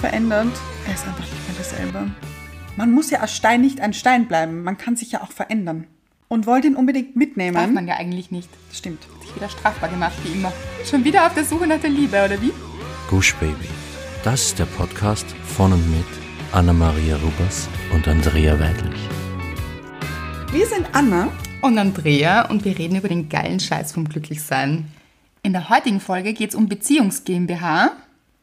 verändert. Er ist einfach nicht mehr derselbe. Man muss ja als Stein nicht ein Stein bleiben. Man kann sich ja auch verändern. Und wollte ihn unbedingt Darf mitnehmen. man ja eigentlich nicht. Stimmt. Hat Sich wieder strafbar gemacht, wie immer. Schon wieder auf der Suche nach der Liebe, oder wie? Gush Baby. Das ist der Podcast von und mit Anna-Maria Rubers und Andrea Weidlich. Wir sind Anna. Und Andrea und wir reden über den geilen Scheiß vom Glücklichsein. In der heutigen Folge geht es um Beziehungs GmbH.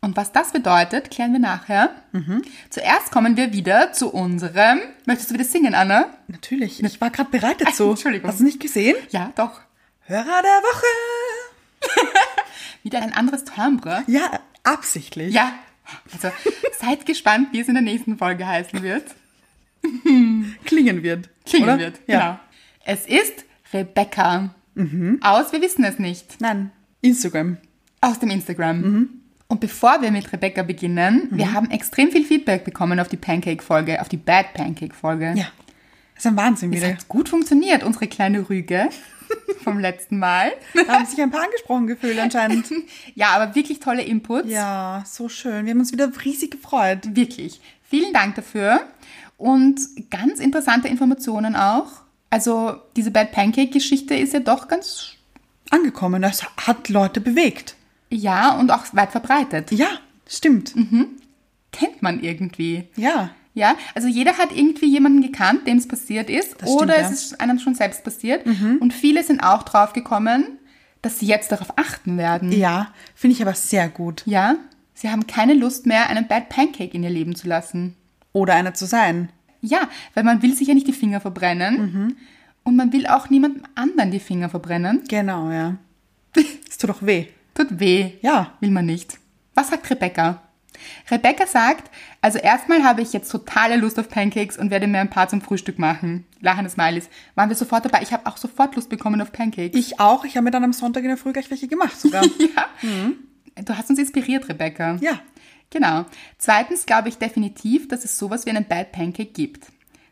Und was das bedeutet, klären wir nachher. Mhm. Zuerst kommen wir wieder zu unserem. Möchtest du wieder singen, Anna? Natürlich. Ich war gerade bereit dazu. Entschuldigung. Hast du nicht gesehen? Ja, doch. Hörer der Woche. Wieder ein anderes Timbre. Ja, absichtlich. Ja. Also seid gespannt, wie es in der nächsten Folge heißen wird. Klingen wird. Klingen oder? wird. Ja. Genau. Es ist Rebecca. Aus, wir wissen es nicht. Nein. Instagram. Aus dem Instagram. Mhm. Und bevor wir mit Rebecca beginnen, wir haben extrem viel Feedback bekommen auf die Pancake-Folge, auf die Bad Pancake-Folge. Ja. Das ist ein Wahnsinn Es wieder. hat gut funktioniert, unsere kleine Rüge vom letzten Mal. Da haben sich ein paar angesprochen gefühlt anscheinend. ja, aber wirklich tolle Inputs. Ja, so schön. Wir haben uns wieder riesig gefreut. Wirklich. Vielen Dank dafür. Und ganz interessante Informationen auch. Also diese Bad Pancake-Geschichte ist ja doch ganz, Angekommen, das hat Leute bewegt. ja, und auch weit verbreitet. Ja, stimmt. Kennt man irgendwie. Ja, Ja, also jeder hat irgendwie jemanden gekannt, dem es passiert ist, Das oder stimmt, ja. Mhm. es ist einem schon selbst passiert. Und viele sind auch drauf gekommen, dass sie jetzt darauf achten werden. ja, finde ich aber sehr gut. Ja, sie haben keine Lust mehr, einen Bad Pancake in ihr Leben zu lassen. Oder einer zu sein. Ja, weil man will sich ja nicht die Finger verbrennen Mhm. und man will auch niemandem anderen die Finger verbrennen. Genau, ja. Es tut doch weh. Tut weh. Ja. Will man nicht. Was sagt Rebecca? Rebecca sagt, also erstmal habe ich jetzt totale Lust auf Pancakes und werde mir ein paar zum Frühstück machen. Lachende Smileys. Waren wir sofort dabei? Ich habe auch sofort Lust bekommen auf Pancakes. Ich auch. Ich habe mir dann am Sonntag in der Früh gleich welche gemacht sogar. ja. Du hast uns inspiriert, Rebecca. ja. Genau. Zweitens glaube ich definitiv, dass es sowas wie einen Bad Pancake gibt.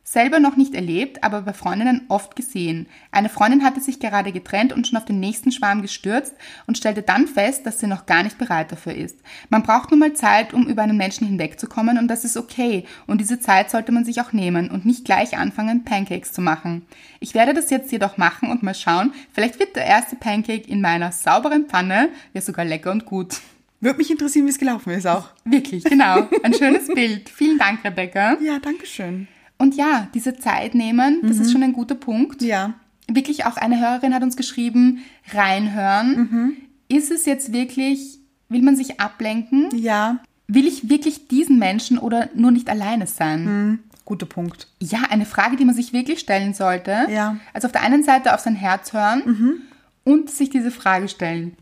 Selber noch nicht erlebt, aber bei Freundinnen oft gesehen. Eine Freundin hatte sich gerade getrennt und schon auf den nächsten Schwarm gestürzt und stellte dann fest, dass sie noch gar nicht bereit dafür ist. Man braucht nun mal Zeit, um über einen Menschen hinwegzukommen und das ist okay. Und diese Zeit sollte man sich auch nehmen und nicht gleich anfangen, Pancakes zu machen. Ich werde das jetzt jedoch machen und mal schauen. Vielleicht wird der erste Pancake in meiner sauberen Pfanne ja sogar lecker und gut. Würde mich interessieren, wie es gelaufen ist auch. Wirklich, genau. Ein schönes Bild. Vielen Dank, Rebecca. Ja, danke schön. Und ja, diese Zeit nehmen, das ist schon ein guter Punkt. Mhm. Ja. Wirklich auch eine Hörerin hat uns geschrieben, reinhören. Mhm. Ist es jetzt wirklich, will man sich ablenken? Ja. Will ich wirklich diesen Menschen oder nur nicht alleine sein? Mhm. Guter Punkt. Ja, eine Frage, die man sich wirklich stellen sollte. Ja. Mhm. Also auf der einen Seite auf sein Herz hören und sich diese Frage stellen.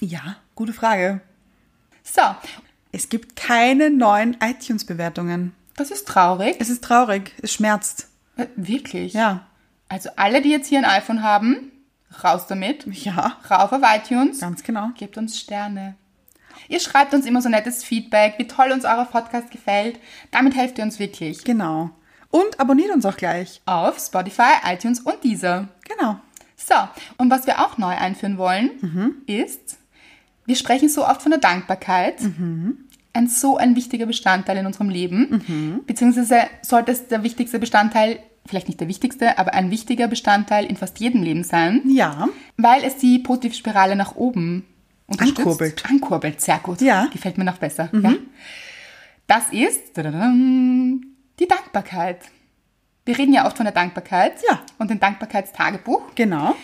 Ja, gute Frage. So, Es gibt keine neuen iTunes-Bewertungen. das ist traurig. Es ist traurig. Es schmerzt. Äh, Wirklich? Ja. Also alle, die jetzt hier ein iPhone haben, raus damit. Ja. Rauf auf iTunes. Ganz genau. Gebt uns Sterne. Ihr schreibt uns immer so nettes Feedback, wie toll uns euer Podcast gefällt. Damit helft ihr uns wirklich. Genau. Und abonniert uns auch gleich. Auf Spotify, iTunes und Deezer. Genau. So, und was wir auch neu einführen wollen, ist, wir sprechen so oft von der Dankbarkeit. Ein so ein wichtiger Bestandteil in unserem Leben. Beziehungsweise sollte es der wichtigste Bestandteil, vielleicht nicht der wichtigste, aber ein wichtiger Bestandteil in fast jedem Leben sein. Ja. Weil es die Positivspirale nach oben unterstützt. Ankurbelt. Ankurbelt, sehr gut. Ja. Mhm. Gefällt mir noch besser. Ja. Das ist tadadam, die Dankbarkeit. Wir reden ja oft von der Dankbarkeit Ja. und dem Dankbarkeitstagebuch. Genau.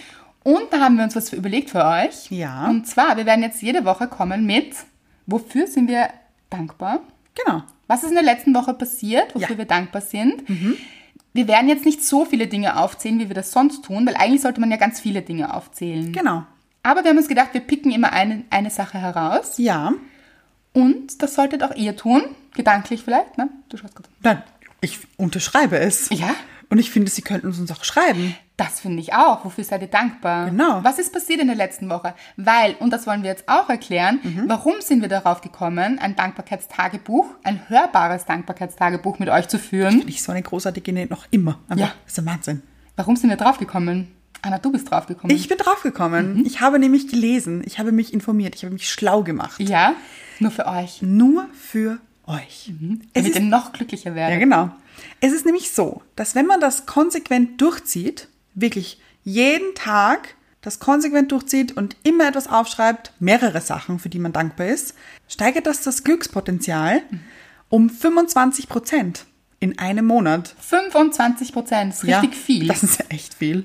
Und da haben wir uns was für überlegt für euch. Ja. Und zwar, wir werden jetzt jede Woche kommen mit, wofür sind wir dankbar? Genau. Was ist in der letzten Woche passiert, wofür Ja. Mhm. wir dankbar sind? Wir werden jetzt nicht so viele Dinge aufzählen, wie wir das sonst tun, weil eigentlich sollte man ja ganz viele Dinge aufzählen. Genau. Aber wir haben uns gedacht, wir picken immer eine, eine Sache heraus. Ja. Und das solltet auch ihr tun. Gedanklich vielleicht, ne? Du schaust gut. Nein, ich unterschreibe es. Ja. Und ich finde, Sie könnten es uns auch schreiben. Das finde ich auch. Wofür seid ihr dankbar? Genau. Was ist passiert in der letzten Woche? Weil, und das wollen wir jetzt auch erklären, Mhm. warum sind wir darauf gekommen, ein Dankbarkeitstagebuch, ein hörbares Dankbarkeitstagebuch mit euch zu führen? Nicht so eine großartige Idee noch immer. Aber Ja. Das ist ein Wahnsinn. Warum sind wir drauf gekommen? Anna, du bist drauf gekommen. Ich bin draufgekommen. Ich habe nämlich gelesen. Ich habe mich informiert. Ich habe mich schlau gemacht. Ja, nur für euch. Nur für euch. Es damit ist, ihr noch glücklicher ja, werdet. genau. Es ist nämlich so, dass wenn man das konsequent durchzieht, wirklich jeden Tag das konsequent durchzieht und immer etwas aufschreibt, mehrere Sachen, für die man dankbar ist, steigert das das Glückspotenzial um 25 Prozent in einem Monat. 25 Prozent ist richtig viel. Das ist echt viel.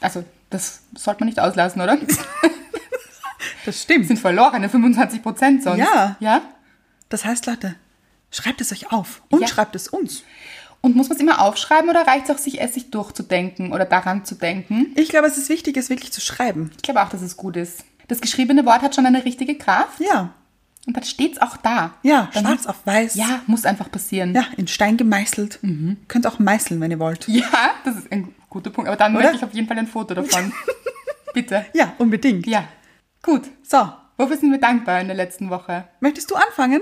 also, das sollte man nicht auslassen, oder? Das Das stimmt. sind verlorene 25 Prozent sonst. Ja. Ja? Das heißt, Leute, schreibt es euch auf und Ja. schreibt es uns. Und muss man es immer aufschreiben oder reicht es auch, sich es sich durchzudenken oder daran zu denken? Ich glaube, es ist wichtig, es wirklich zu schreiben. Ich glaube auch, dass es gut ist. Das geschriebene Wort hat schon eine richtige Kraft Ja, und dann steht es auch da. ja, Dann- schwarz auf weiß. Ja, Mhm. muss einfach passieren. Ja, in Stein gemeißelt. Könnt auch meißeln, wenn ihr wollt. Ja, das ist ein guter Punkt. Aber dann Oder? möchte ich auf jeden Fall ein Foto davon. Bitte. Ja, unbedingt. Ja. Gut. So, Wofür sind wir dankbar in der letzten Woche? möchtest du anfangen?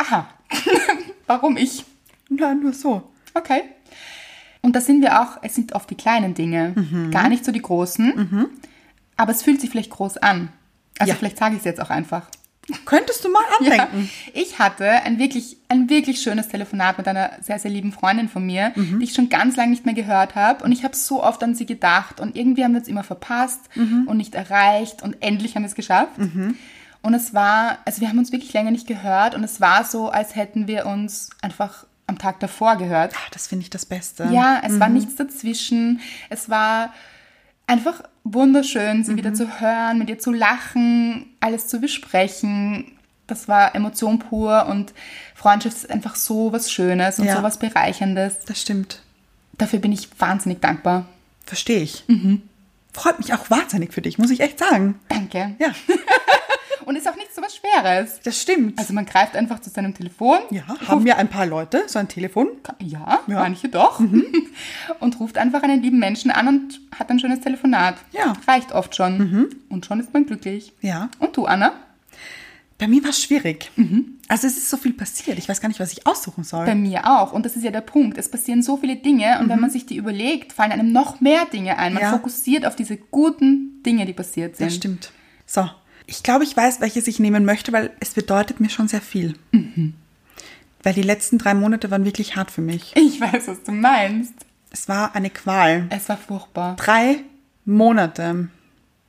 Aha. Warum ich? Nein, nur so. Okay. Und da sind wir auch, es sind oft die kleinen Dinge, gar nicht so die großen, aber es fühlt sich vielleicht groß an. Also Ja. vielleicht sage ich es jetzt auch einfach. Könntest du mal Ja. andenken? Ich hatte ein wirklich, ein wirklich schönes Telefonat mit einer sehr, sehr lieben Freundin von mir, die ich schon ganz lange nicht mehr gehört habe. Und ich habe so oft an sie gedacht. Und irgendwie haben wir es immer verpasst und nicht erreicht. Und endlich haben wir es geschafft. Und es war, also wir haben uns wirklich länger nicht gehört. Und es war so, als hätten wir uns einfach am Tag davor gehört. Ah, Das finde ich das Beste. Ja, es Mhm. war nichts dazwischen. Es war einfach wunderschön, sie Mhm. wieder zu hören, mit ihr zu lachen, alles zu besprechen. Das war Emotion pur und Freundschaft ist einfach so was Schönes und Ja. so was Bereicherndes. Das stimmt. Dafür bin ich wahnsinnig dankbar. Verstehe ich. Mhm. Freut mich auch wahnsinnig für dich, muss ich echt sagen. Danke. Ja, Und ist auch nicht so was Schweres. das stimmt. Also man greift einfach zu seinem Telefon. ja, haben wir ein paar Leute so ein Telefon? Ja, Ja. Mhm. manche doch. Und ruft einfach einen lieben Menschen an und hat ein schönes Telefonat. Ja. Mhm. Reicht oft schon. Und schon ist man glücklich. Ja. Und du, Anna? Bei mir war es schwierig. Also es ist so viel passiert. Ich weiß gar nicht, was ich aussuchen soll. Bei mir auch. Und Mhm. das ist ja der Punkt. Es passieren so viele Dinge und wenn man sich die überlegt, fallen einem noch mehr Dinge ein. Man Mhm. Ja. fokussiert auf diese guten Dinge, die passiert sind. das stimmt. So, ich glaube, ich weiß, welches ich nehmen möchte, weil es bedeutet mir schon sehr viel. Mhm. Weil die letzten drei Monate waren wirklich hart für mich. Ich weiß, was du meinst. Es war eine Qual. Es war furchtbar. Drei Monate.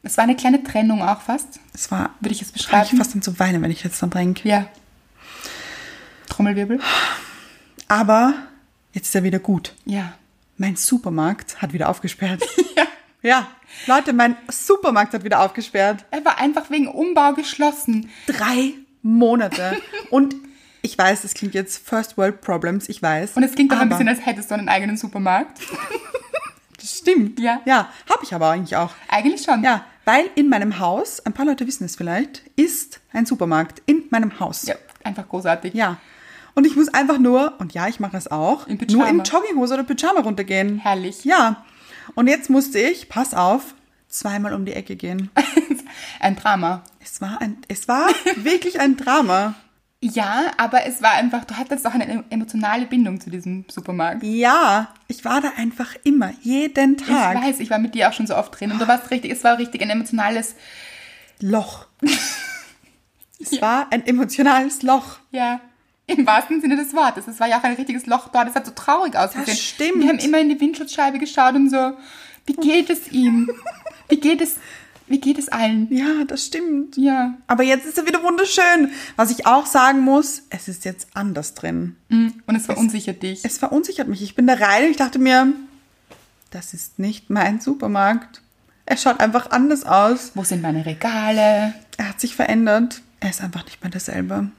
Es war eine kleine Trennung auch fast. Es war Würde ich es beschreiben? Fange ich fast an zu weinen, wenn ich jetzt dran denke. Ja. Trommelwirbel? Aber jetzt ist er wieder gut. Ja. Mein Supermarkt hat wieder aufgesperrt. ja. ja, Leute, mein Supermarkt hat wieder aufgesperrt. Er war einfach wegen Umbau geschlossen. Drei Monate. Und ich weiß, das klingt jetzt First World Problems, ich weiß. Und es klingt doch ein Aber- bisschen, als hättest du einen eigenen Supermarkt. Stimmt, Ja. Ja, habe ich aber eigentlich auch. Eigentlich schon. Ja, weil in meinem Haus, ein paar Leute wissen es vielleicht, ist ein Supermarkt in meinem Haus. ja. Einfach großartig. Ja. Und ich muss einfach nur, und ja, ich mache es auch, In Pyjama. nur in Jogginghose oder Pyjama runtergehen. Herrlich. Ja. Und jetzt musste ich, pass auf, zweimal um die Ecke gehen. Ein Drama. Es war ein, es war wirklich ein Drama. Ja, aber es war einfach, du hattest auch eine emotionale Bindung zu diesem Supermarkt. Ja, ich war da einfach immer, jeden Ich Tag. weiß, ich war mit dir auch schon so oft drin und du warst richtig, es war richtig ein emotionales, Loch. es war ein emotionales Loch. ja, im wahrsten Sinne des Wortes. Es war ja auch ein richtiges Loch dort, es hat so traurig ausgesehen. stimmt. Wir haben immer in die Windschutzscheibe geschaut und so, wie geht es ihm? Wie geht es, wie geht es allen? Ja, das stimmt. Ja, Aber jetzt ist er wieder wunderschön. Was ich auch sagen muss, es ist jetzt anders drin. mm, und es verunsichert dich. es verunsichert mich. Ich bin da rein und ich dachte mir, das ist nicht mein Supermarkt. Er schaut einfach anders aus. Wo sind meine Regale? Er hat sich verändert. Er ist einfach nicht mehr derselbe.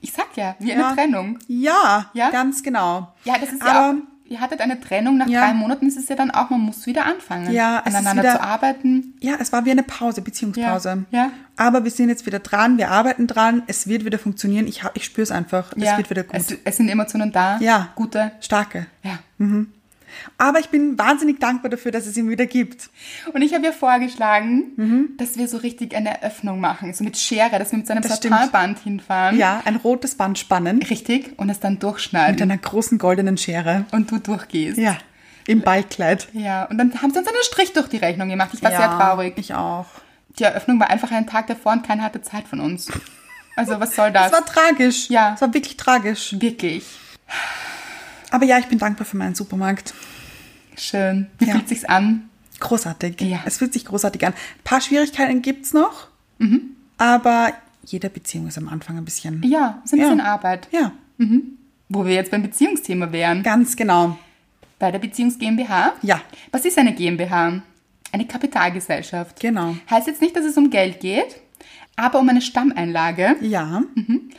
Ich sag ja, wie Ja. eine Trennung. Ja, Ja? ganz genau. Ja, das ist ja Aber- auch, ihr hattet eine Trennung nach Ja. drei Monaten, es ist ja dann auch, man muss wieder anfangen, Ja, es ist aneinander wieder- zu arbeiten. Ja, es war wie eine Pause, Beziehungspause. Ja, ja. Aber wir sind jetzt wieder dran, wir arbeiten dran. Es wird wieder funktionieren. Ich, hab- ich spüre es einfach. Es wird wieder gut. Es, es sind Emotionen da. ja, Gute. starke. Mhm. Ja. Aber ich bin wahnsinnig dankbar dafür, dass es ihn wieder gibt. Und ich habe ja vorgeschlagen, dass wir so richtig eine Eröffnung machen, so mit Schere, dass wir mit so einem Mhm. Das stimmt. Satinband hinfahren. Ja, ein rotes Band spannen Richtig. Und es dann mit durchschneiden. einer großen goldenen Schere. Und du durchgehst. Ja, im Ballkleid. Ja, und dann haben sie uns einen Strich durch die Rechnung gemacht. Ich war sehr traurig. Ich auch. Die Eröffnung war einfach einen Tag davor und keiner hatte Zeit von uns. Also was soll das? Es war tragisch. Ja. Es war wirklich tragisch. Wirklich Aber ja, ich bin dankbar für meinen Supermarkt. schön. Wie Ja. fühlt sich's an? Großartig. Ja. Es fühlt sich großartig an. Ein paar Schwierigkeiten gibt's noch, aber jede Beziehung ist am Anfang ein bisschen. Mhm. Ja, ist ein Ja. bisschen Arbeit. Ja, Wo wir jetzt beim Beziehungsthema wären. ganz genau. Bei der Beziehungs GmbH? Ja. Was ist eine GmbH? Eine Kapitalgesellschaft. Genau. Heißt jetzt nicht, dass es um Geld geht, aber um eine Stammeinlage Ja, Mhm.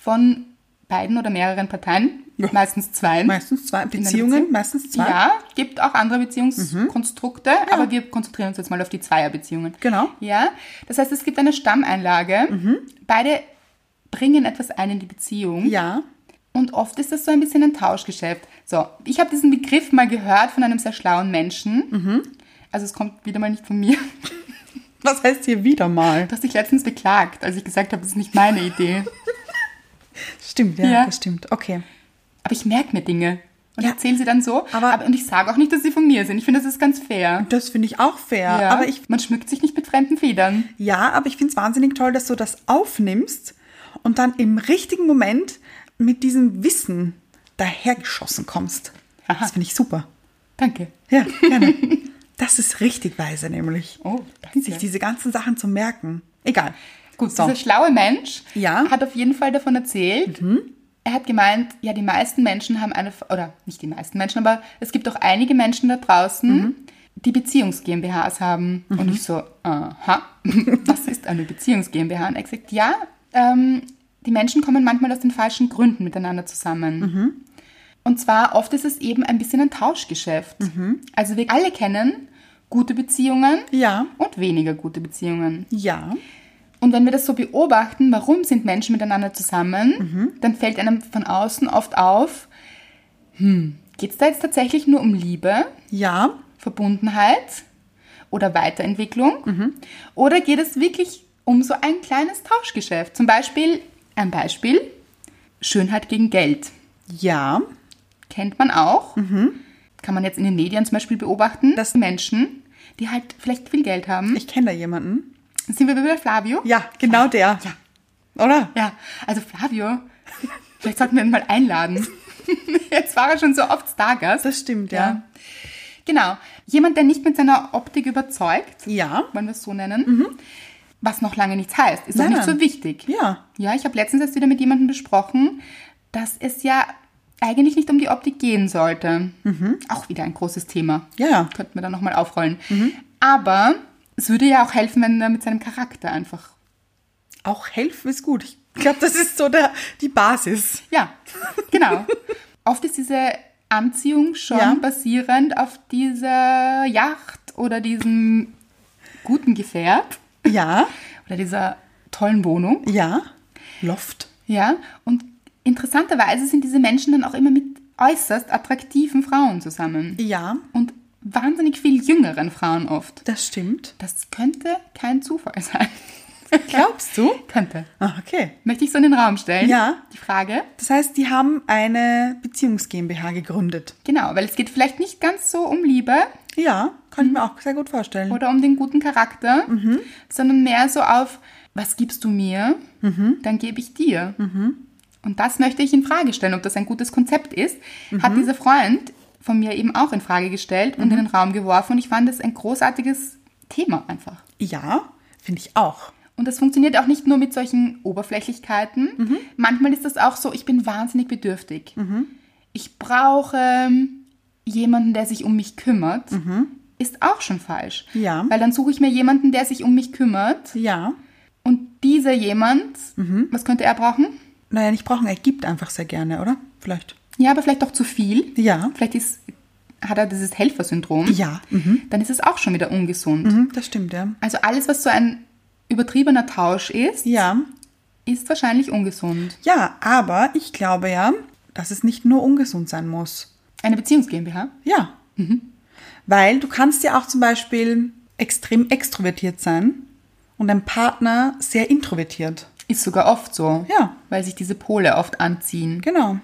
von beiden oder mehreren Parteien, Ja. meistens zwei. meistens zwei Beziehungen, Beziehung? meistens zwei. Mhm. Ja, gibt auch andere Beziehungskonstrukte, aber wir konzentrieren uns jetzt mal auf die Zweierbeziehungen. Genau. Mhm. Ja, das heißt, es gibt eine Stammeinlage. Beide bringen etwas ein in die Beziehung. Ja, Und oft ist das so ein bisschen ein Tauschgeschäft. So, ich habe diesen Begriff mal gehört von einem sehr schlauen Menschen. Also es kommt wieder mal nicht von mir. was heißt hier wieder mal? Du hast dich letztens beklagt, als ich gesagt habe, das ist nicht meine Idee. Stimmt, ja, Ja. das stimmt. Okay. Aber ich merke mir Dinge und Ja. erzähle sie dann so. Aber- und ich sage auch nicht, dass sie von mir sind. Ich finde, das ist ganz fair. Das finde ich auch fair. Ja, Aber ich, man schmückt sich nicht mit fremden Federn. ja, aber ich finde es wahnsinnig toll, dass du das aufnimmst und dann im richtigen Moment mit diesem Wissen dahergeschossen kommst. Aha. Das finde ich super. Danke. Ja, gerne. das ist richtig weise, nämlich. Oh, Sich danke. diese ganzen Sachen zu merken. Egal. Gut, so. dieser schlaue Mensch Ja. Mhm. hat auf jeden Fall davon erzählt. Er hat gemeint, ja, die meisten Menschen haben eine, oder nicht die meisten Menschen, aber es gibt auch einige Menschen da draußen, Mhm. die Beziehungs GmbHs haben. Und ich so, aha, was ist eine Beziehungs GmbH? Und er hat gesagt, ja, ähm, die Menschen kommen manchmal aus den falschen Gründen miteinander zusammen. Mhm. Und zwar oft ist es eben ein bisschen ein Tauschgeschäft. Mhm. Also wir alle kennen gute Beziehungen Ja. und weniger gute Beziehungen. Ja. Und wenn wir das so beobachten, warum sind Menschen miteinander zusammen, dann fällt einem von außen oft auf, hm, geht es da jetzt tatsächlich nur um Liebe, Ja. Verbundenheit oder Weiterentwicklung? Oder geht es wirklich um so ein kleines Tauschgeschäft? Zum Beispiel, ein Beispiel, Schönheit gegen Geld. Ja. Kennt man auch. Kann man jetzt in den Medien zum Beispiel beobachten, dass Menschen, die halt vielleicht viel Geld haben, Ich kenne da jemanden. sind wir wieder bei Flavio? Ja, genau der. Ja. Oder? Ja, also Flavio, vielleicht sollten wir ihn mal einladen. Jetzt war er schon so oft Stargast. Das stimmt, ja. Genau. Jemand, der nicht mit seiner Optik überzeugt, Ja. wollen wir es so nennen, was noch lange nichts heißt, ist Nein, auch nicht nein. so wichtig. Ja. Ja, ich habe letztens erst wieder mit jemandem besprochen, dass es ja eigentlich nicht um die Optik gehen sollte. Auch wieder ein großes Thema. Ja. Könnten wir dann nochmal aufrollen. Aber es würde ja auch helfen, wenn er mit seinem Charakter einfach Auch helfen ist gut. Ich glaube, das ist so der, die Basis. Ja, genau. Oft ist diese Anziehung schon Ja. basierend auf dieser Yacht oder diesem guten Gefährt Ja. oder dieser tollen Wohnung. Ja. Loft. Ja, und interessanterweise sind diese Menschen dann auch immer mit äußerst attraktiven Frauen zusammen Ja. und wahnsinnig viel jüngeren Frauen oft. Das stimmt. Das könnte kein Zufall sein. Glaubst du? Könnte. Ah, okay. Möchte ich so in den Raum stellen? Ja. Die Frage? Das heißt, die haben eine Beziehungs GmbH gegründet. Genau, weil es geht vielleicht nicht ganz so um Liebe, Ja, kann ich mir auch sehr gut vorstellen. oder um den guten Charakter, sondern mehr so auf, was gibst du mir, dann gebe ich dir. Und das möchte ich in Frage stellen, ob das ein gutes Konzept ist, hat dieser Freund von mir eben auch in Frage gestellt und in den Raum geworfen. Und ich fand das ein großartiges Thema einfach. Ja, finde ich auch. Und das funktioniert auch nicht nur mit solchen Oberflächlichkeiten. Mhm. Manchmal ist das auch so, ich bin wahnsinnig bedürftig. Ich brauche ähm, jemanden, der sich um mich kümmert. Ist auch schon falsch. Mhm. Ja. Weil dann suche ich mir jemanden, der sich um mich kümmert. Ja. Mhm. Und dieser jemand, was könnte er brauchen? Naja, nicht brauchen, er gibt einfach sehr gerne, oder? Vielleicht. Ja, aber vielleicht auch zu viel. Ja. Vielleicht ist, hat er dieses Helfersyndrom. Ja. Dann ist es auch schon wieder ungesund. Mhm, das stimmt, ja. Also alles, was so ein übertriebener Tausch ist, Ja. ist wahrscheinlich ungesund. Ja, aber ich glaube ja, dass es nicht nur ungesund sein muss. Eine Beziehungs GmbH? Ja. Mhm. Weil du kannst ja auch zum Beispiel extrem extrovertiert sein und dein Partner sehr introvertiert. Ist sogar oft so. Ja. Weil sich diese Pole oft anziehen. Genau.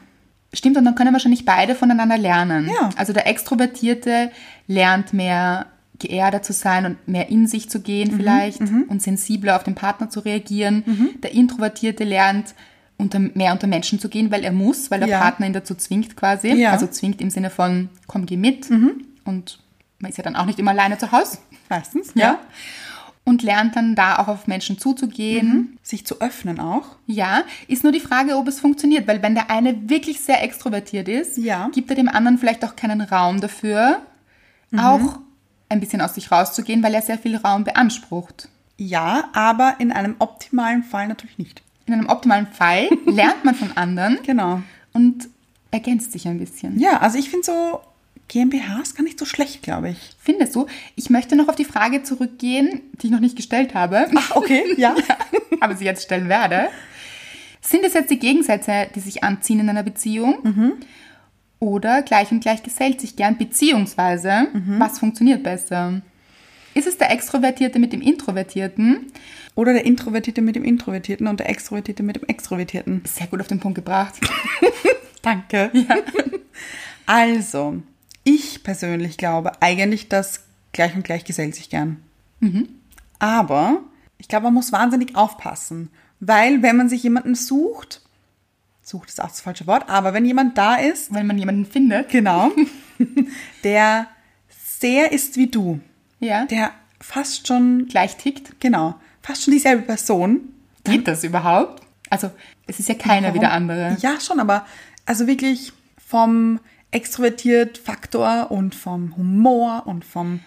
Stimmt, und dann können wahrscheinlich beide voneinander lernen. Ja. Also der Extrovertierte lernt mehr geerder zu sein und mehr in sich zu gehen Mhm, vielleicht und sensibler auf den Partner zu reagieren. Mhm. Der Introvertierte lernt, unter, mehr unter Menschen zu gehen, weil er muss, weil der Ja. Partner ihn dazu zwingt quasi. Ja. Mhm. Also zwingt im Sinne von, komm, geh mit. Und man ist ja dann auch nicht immer alleine zu Hause. Meistens, Ja. Und lernt dann da auch auf Menschen zuzugehen. Mhm. Sich zu öffnen auch. Ja, ist nur die Frage, ob es funktioniert, weil wenn der eine wirklich sehr extrovertiert ist, Ja. gibt er dem anderen vielleicht auch keinen Raum dafür, Mhm. auch ein bisschen aus sich rauszugehen, weil er sehr viel Raum beansprucht. Ja, aber in einem optimalen Fall natürlich nicht. In einem optimalen Fall lernt man von anderen Genau. und ergänzt sich ein bisschen. Ja, also ich finde so, GmbH ist gar nicht so schlecht, glaube ich. Findest du? Ich möchte noch auf die Frage zurückgehen, die ich noch nicht gestellt habe, Okay, ja. aber sie jetzt stellen werde. Sind es jetzt die Gegensätze, die sich anziehen in einer Beziehung? Oder gleich und gleich gesellt sich gern, beziehungsweise was funktioniert besser? Ist es der Extrovertierte mit dem Introvertierten? Oder der Introvertierte mit dem Introvertierten und der Extrovertierte mit dem Extrovertierten. Sehr gut auf den Punkt gebracht. Danke. Also, ich persönlich glaube eigentlich, dass gleich und gleich gesellt sich gern. Aber ich glaube, man muss wahnsinnig aufpassen, weil wenn man sich jemanden sucht, sucht ist auch das falsche Wort, aber wenn jemand da ist, Wenn man jemanden findet, genau, der sehr ist wie du, ja, der der fast schon, gleich tickt, genau, fast schon dieselbe Person, geht das überhaupt? Also, es ist ja keiner wie der andere. Ja, schon, aber also wirklich vom extrovertiert Faktor und vom Humor und vom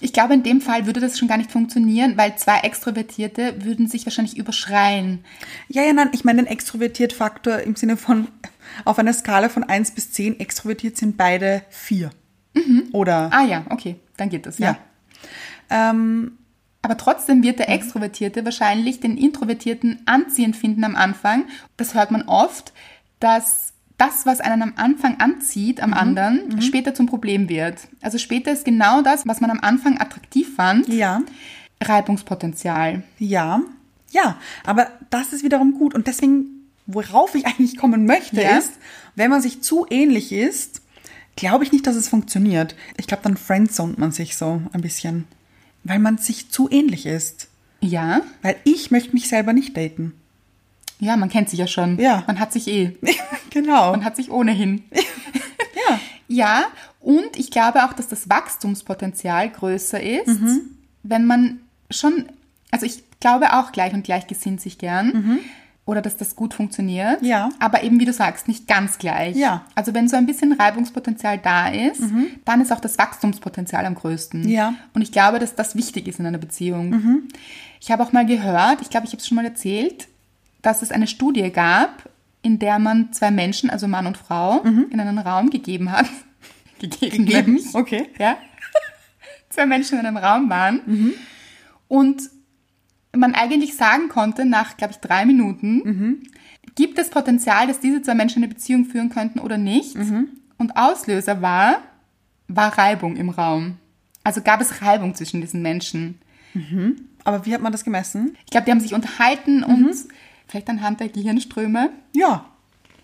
Ich glaube, in dem Fall würde das schon gar nicht funktionieren, weil zwei Extrovertierte würden sich wahrscheinlich überschreien. Ja, ja, nein, ich meine den extrovertiert Faktor im Sinne von auf einer Skala von 1 bis 10 extrovertiert sind beide 4. Oder Ah ja, okay, dann geht das, ja. ja. Mhm. Ähm, Aber trotzdem wird der Extrovertierte wahrscheinlich den Introvertierten anziehend finden am Anfang. Das hört man oft, dass das, was einen am Anfang anzieht Mhm. am anderen, später zum Problem wird. Also später ist genau das, was man am Anfang attraktiv fand, ja, Reibungspotenzial. ja, ja, aber das ist wiederum gut und deswegen worauf ich eigentlich kommen möchte Ja. ist, wenn man sich zu ähnlich ist, glaube ich nicht, dass es funktioniert. Ich glaube, dann friendzont man sich so ein bisschen, weil man sich zu ähnlich ist. Ja, Weil ich möchte mich selber nicht daten. ja, man kennt sich ja schon. Ja. Man hat sich eh. genau. Man hat sich ohnehin. ja. Ja, und ich glaube auch, dass das Wachstumspotenzial größer ist, wenn man schon, also ich glaube auch gleich und gleich gesinnt sich gern. Oder dass das gut funktioniert. Ja. Aber eben, wie du sagst, nicht ganz gleich. Ja. Also wenn so ein bisschen Reibungspotenzial da ist, dann ist auch das Wachstumspotenzial am größten. Ja. Und ich glaube, dass das wichtig ist in einer Beziehung. Ich habe auch mal gehört, ich glaube, ich habe es schon mal erzählt, dass es eine Studie gab, in der man zwei Menschen, also Mann und Frau, in einen Raum gegeben hat. gegeben, nämlich. Okay. Ja. zwei Menschen in einem Raum waren. Und man eigentlich sagen konnte, nach, glaube ich, drei Minuten, gibt es Potenzial, dass diese zwei Menschen eine Beziehung führen könnten oder nicht? Und Auslöser war, war Reibung im Raum. Also gab es Reibung zwischen diesen Menschen. Aber wie hat man das gemessen? Ich glaube, die haben sich unterhalten und Mhm. vielleicht anhand der Gehirnströme. Ja,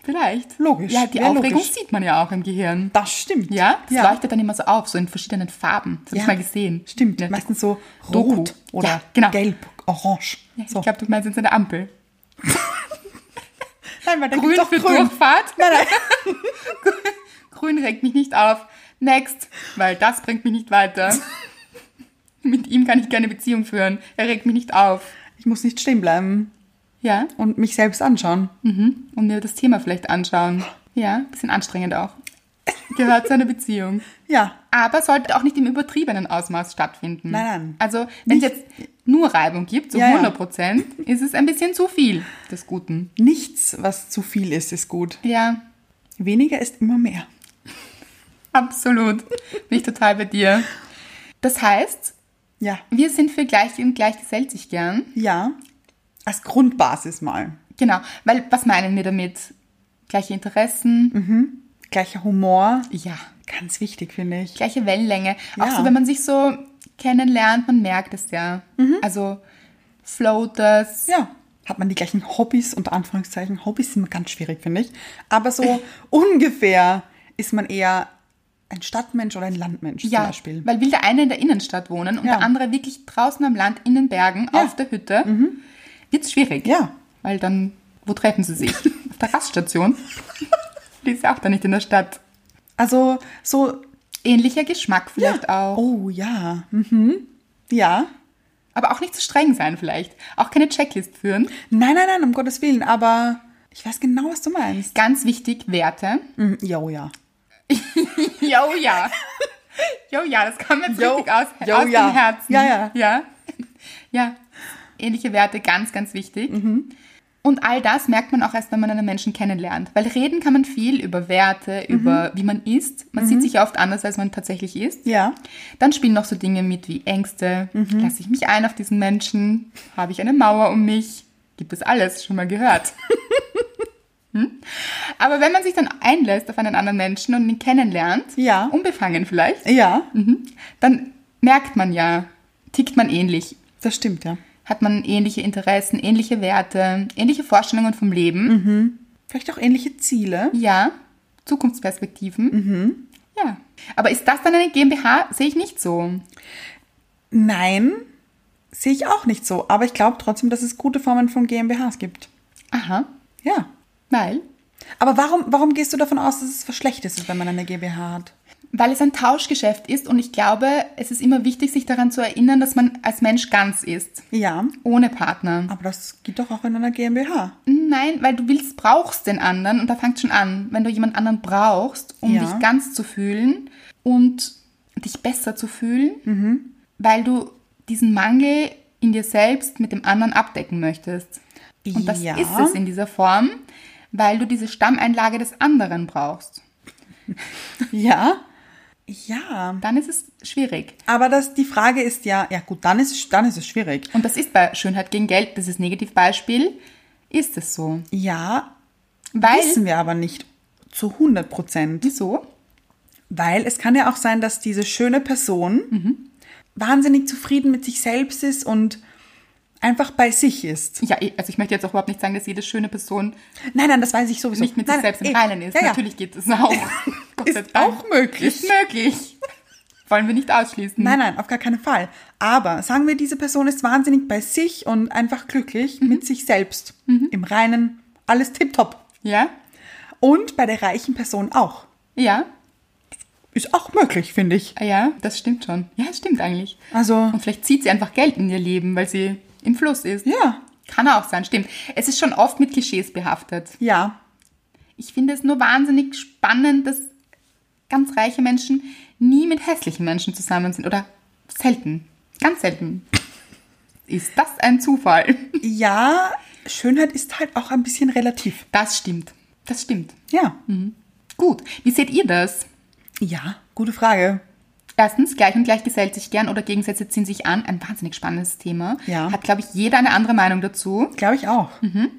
Vielleicht. Logisch. Ja, die Ja, Aufregung logisch. sieht man ja auch im Gehirn. das stimmt. Ja, das ja. leuchtet dann immer so auf, so in verschiedenen Farben. Das habe ich Ja. mal gesehen. Stimmt. Ja, Meistens so Doku. rot oder Ja, genau. gelb, orange. so. Ich glaube, du meinst jetzt eine Ampel. Nein, weil da Grün gibt's auch für Durchfahrt. Nein, nein. Grün regt mich nicht auf. Next, weil das bringt mich nicht weiter. Mit ihm kann ich keine Beziehung führen. Er regt mich nicht auf. Ich muss nicht stehen bleiben Ja, und mich selbst anschauen. mhm. und mir das Thema vielleicht anschauen. Ja, bisschen anstrengend auch. Gehört zu einer Beziehung. Ja. Aber sollte auch nicht im übertriebenen Ausmaß stattfinden. Nein, nein. Also, wenn es jetzt nur Reibung gibt, so Ja, ja. 100 Prozent, ist es ein bisschen zu viel des Guten. Nichts, was zu viel ist, ist gut. Ja, Weniger ist immer mehr. absolut. Bin ich total bei dir. Das heißt, Ja. wir sind für gleich und gleich gesellt sich gern. Ja. Als Grundbasis mal. Genau, weil was meinen wir damit? Gleiche Interessen, Gleicher Humor. ja, Ganz wichtig, finde ich. gleiche Wellenlänge. Auch Ja. so, wenn man sich so kennenlernt, man merkt es ja. Also, Floaters, Ja. Hat man die gleichen Hobbys, unter Anführungszeichen. Hobbys sind immer ganz schwierig, finde ich. Aber so ungefähr ist man eher ein Stadtmensch oder ein Landmensch zum Ja, Beispiel. weil will der eine in der Innenstadt wohnen und Ja. der andere wirklich draußen am Land in den Bergen auf der Hütte, wird's schwierig. Mhm. Ja. Weil dann, wo treffen sie sich? auf der Raststation? Die ist ja auch dann nicht in der Stadt. Also so. Ähnlicher Geschmack vielleicht auch. Oh ja. Mhm. Ja. Aber auch nicht zu streng sein vielleicht. Auch keine Checklist führen. Nein, nein, nein, um Gottes Willen, aber ich weiß genau, was du meinst. Ganz wichtig, Werte. Mhm, Jo, ja. Jo, ja. Jo, ja, das kam jetzt Jo, richtig aus, jo, aus ja. dem Herzen. Ja, ja. Ja. Ja. Ähnliche Werte, ganz, ganz wichtig. Mhm. Und all das merkt man auch erst, wenn man einen Menschen kennenlernt. Weil reden kann man viel über Werte, Mhm. über wie man ist. Man sieht sich ja oft anders, als man tatsächlich ist. Ja. Dann spielen noch so Dinge mit wie Ängste. Lasse ich mich ein auf diesen Menschen? Habe ich eine Mauer um mich? Gibt es alles, schon mal gehört. hm? Aber wenn man sich dann einlässt auf einen anderen Menschen und ihn kennenlernt, Ja. unbefangen vielleicht, Ja, mhm, dann merkt man ja, tickt man ähnlich, das stimmt, ja. hat man ähnliche Interessen, ähnliche Werte, ähnliche Vorstellungen vom Leben, Vielleicht auch ähnliche Ziele. ja, Zukunftsperspektiven. Ja. Aber ist das dann eine GmbH? Sehe ich nicht so. Nein, sehe ich auch nicht so. Aber ich glaube trotzdem, dass es gute Formen von GmbHs gibt. Aha. Ja. Weil? Aber warum, warum gehst du davon aus, dass es was Schlechtes ist, wenn man eine GmbH hat? Weil es ein Tauschgeschäft ist und ich glaube, es ist immer wichtig, sich daran zu erinnern, dass man als Mensch ganz ist. Ja. Ohne Partner. Aber das geht doch auch in einer GmbH. Nein, weil du willst, brauchst den anderen und da fängt schon an. Wenn du jemand anderen brauchst, um Ja. dich ganz zu fühlen und dich besser zu fühlen, Mhm. weil du diesen Mangel in dir selbst mit dem anderen abdecken möchtest. Und das Ja. ist es in dieser Form, weil du diese Stammeinlage des anderen brauchst. Ja. Ja. Dann ist es schwierig. Aber das, die Frage ist ja, ja gut, dann ist, es- dann ist es schwierig. Und das ist bei Schönheit gegen Geld, das ist Negativbeispiel, ist es so. Ja, Weil, wissen wir aber nicht zu 100 Prozent. wieso? Weil es kann ja auch sein, dass diese schöne Person Mhm. wahnsinnig zufrieden mit sich selbst ist und einfach bei sich ist. Ja, eh, also ich möchte jetzt auch überhaupt nicht sagen, dass jede schöne Person Nein, nein, das weiß ich sowieso. nicht mit nein, sich selbst im eh, Reinen ist. Ja, ja. Natürlich geht es auch. Gott sei Ist Dank. auch möglich. Ist möglich. Wollen wir nicht ausschließen. Nein, nein, auf gar keinen Fall. Aber sagen wir, diese Person ist wahnsinnig bei sich und einfach glücklich Mhm. mit sich selbst. Im Reinen, alles tipptopp. Ja? Und bei der reichen Person auch. Ja? Ist auch möglich, finde ich. Ah Ja, das stimmt schon. Ja, es stimmt eigentlich. Also, Und vielleicht zieht sie einfach Geld in ihr Leben, weil sie im Fluss ist. ja, Kann auch sein, stimmt. Es ist schon oft mit Klischees behaftet. ja, Ich finde es nur wahnsinnig spannend, dass ganz reiche Menschen nie mit hässlichen Menschen zusammen sind oder selten, ganz selten. Ist das ein Zufall? ja, Schönheit ist halt auch ein bisschen relativ. Das stimmt. Das stimmt. Ja, Mhm. Gut, wie seht ihr das? ja, gute Frage. Erstens, gleich und gleich gesellt sich gern oder Gegensätze ziehen sich an. Ein wahnsinnig spannendes Thema. Ja. Hat, glaube ich, jeder eine andere Meinung dazu. Glaube ich auch. Hm.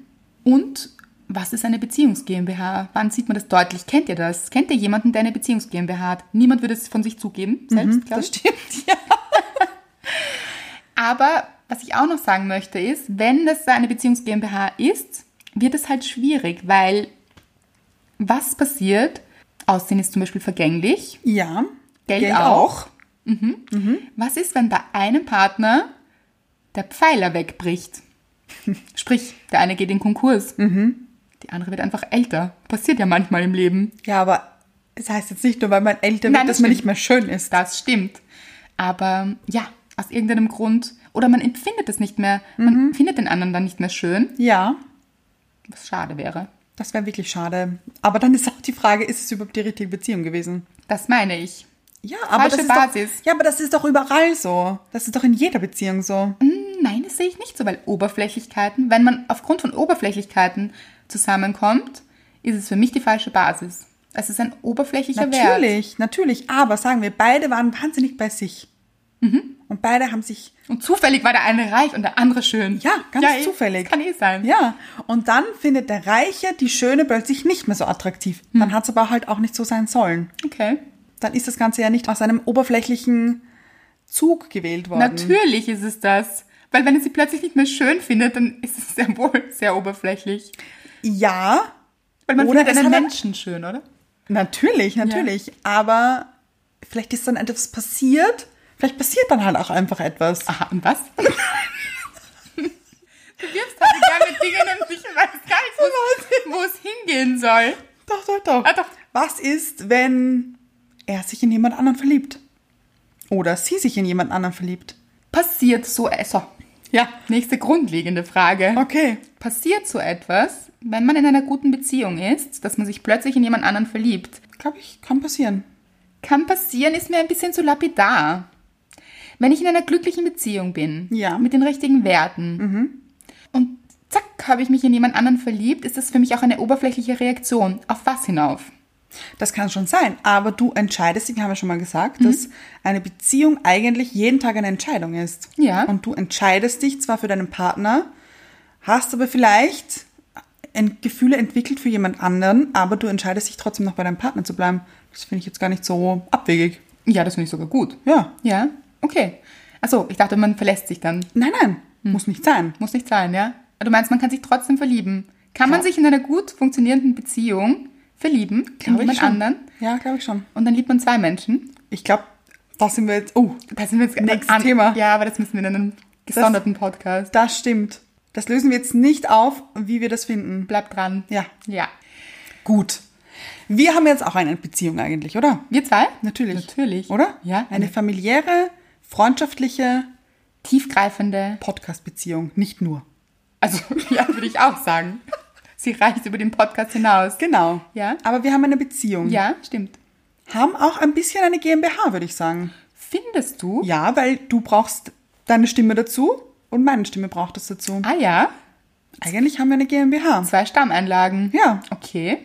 Und was ist eine Beziehungs GmbH? Wann sieht man das deutlich? Kennt ihr das? Kennt ihr jemanden, der eine Beziehungs GmbH hat? Niemand würde es von sich zugeben, selbst, glaube Mhm, Das ich. stimmt, ja. Aber was ich auch noch sagen möchte ist, wenn das eine Beziehungs GmbH ist, wird es halt schwierig, weil was passiert? Aussehen ist zum Beispiel vergänglich. Ja, Geld auch. Was ist, wenn bei einem Partner der Pfeiler wegbricht? Sprich, der eine geht in Konkurs. Die andere wird einfach älter. Passiert ja manchmal im Leben. Ja, aber es heißt jetzt nicht nur, weil man älter wird, Nein, das dass man stimmt. nicht mehr schön ist. Das stimmt. Aber ja, aus irgendeinem Grund. Oder man empfindet es nicht mehr. Man findet den anderen dann nicht mehr schön. Ja, Was schade wäre. das wäre wirklich schade. Aber dann ist auch die Frage, ist es überhaupt die richtige Beziehung gewesen? Das meine ich. Ja, aber Falsche das ist Basis. Doch, ja, aber das ist doch überall so. Das ist doch in jeder Beziehung so. Nein, das sehe ich nicht so, weil Oberflächlichkeiten, wenn man aufgrund von Oberflächlichkeiten zusammenkommt, ist es für mich die falsche Basis. Es ist ein oberflächlicher Wert. Natürlich, natürlich. Aber sagen wir, beide waren wahnsinnig bei sich. Mhm. Und beide haben sich, Und zufällig war der eine reich und der andere schön. ja, ganz eh, zufällig. Das kann eh sein. Ja, und dann findet der Reiche die Schöne plötzlich nicht mehr so attraktiv. Hm. Dann hat es aber halt auch nicht so sein sollen. Okay. Dann ist das Ganze ja nicht aus einem oberflächlichen Zug gewählt worden. Natürlich ist es das. Weil wenn er sie plötzlich nicht mehr schön findet, dann ist es sehr wohl sehr oberflächlich. Ja, Weil man Oder findet es einen hat- Menschen schön, oder? natürlich, natürlich. Aber vielleicht ist dann etwas passiert. Vielleicht passiert dann halt auch einfach etwas. Aha, und was? du wirfst halt die ganze Dinge und ich weiß gar nicht, wo's- wo es hingehen soll. Doch, doch, doch. Ah, doch. Was ist, wenn er sich in jemand anderen verliebt? Oder sie sich in jemand anderen verliebt? Passiert so, äh, so. Ja, nächste grundlegende Frage. Okay. Passiert so etwas, wenn man in einer guten Beziehung ist, dass man sich plötzlich in jemand anderen verliebt? Glaube ich, kann passieren. Kann passieren, ist mir ein bisschen zu lapidar. Wenn ich in einer glücklichen Beziehung bin, Ja. mit den richtigen Werten und zack, habe ich mich in jemand anderen verliebt, ist das für mich auch eine oberflächliche Reaktion. Auf was hinauf? Das kann schon sein, aber du entscheidest, ich habe ja schon mal gesagt, dass eine Beziehung eigentlich jeden Tag eine Entscheidung ist. Ja. Und du entscheidest dich zwar für deinen Partner, hast aber vielleicht Ent- Gefühle entwickelt für jemand anderen, aber du entscheidest dich trotzdem noch bei deinem Partner zu bleiben. Das finde ich jetzt gar nicht so abwegig. Ja, das finde ich sogar gut. Ja. Ja, okay. Achso, ich dachte, man verlässt sich dann. Nein, nein, muss nicht sein. Muss nicht sein, ja? Du meinst, man kann sich trotzdem verlieben. Kann man sich in einer gut funktionierenden Beziehung verlieben Glaube in ich jemand schon. anderen? Ja, glaube ich schon. Und dann liebt man zwei Menschen. Ich glaube, da sind wir jetzt. Oh, Uh, Da sind wir jetzt Nächstes Thema. Ja, aber das müssen wir in einem gesonderten Podcast. das stimmt. Das lösen wir jetzt nicht auf, wie wir das finden. Bleibt dran. Ja. Ja. Gut. Wir haben jetzt auch eine Beziehung eigentlich, oder? Wir zwei? Natürlich. Natürlich. Oder? Ja. Eine familiäre, freundschaftliche tiefgreifende. Podcast-Beziehung, nicht nur. Also, ja, würde ich auch sagen. Sie reicht über den Podcast hinaus. Genau. Ja. Aber wir haben eine Beziehung. Ja, stimmt. Haben auch ein bisschen eine GmbH, würde ich sagen. Findest du? Ja, weil du brauchst deine Stimme dazu und meine Stimme braucht es dazu. Ah ja, Eigentlich haben wir eine GmbH. zwei Stammeinlagen. Ja. Okay.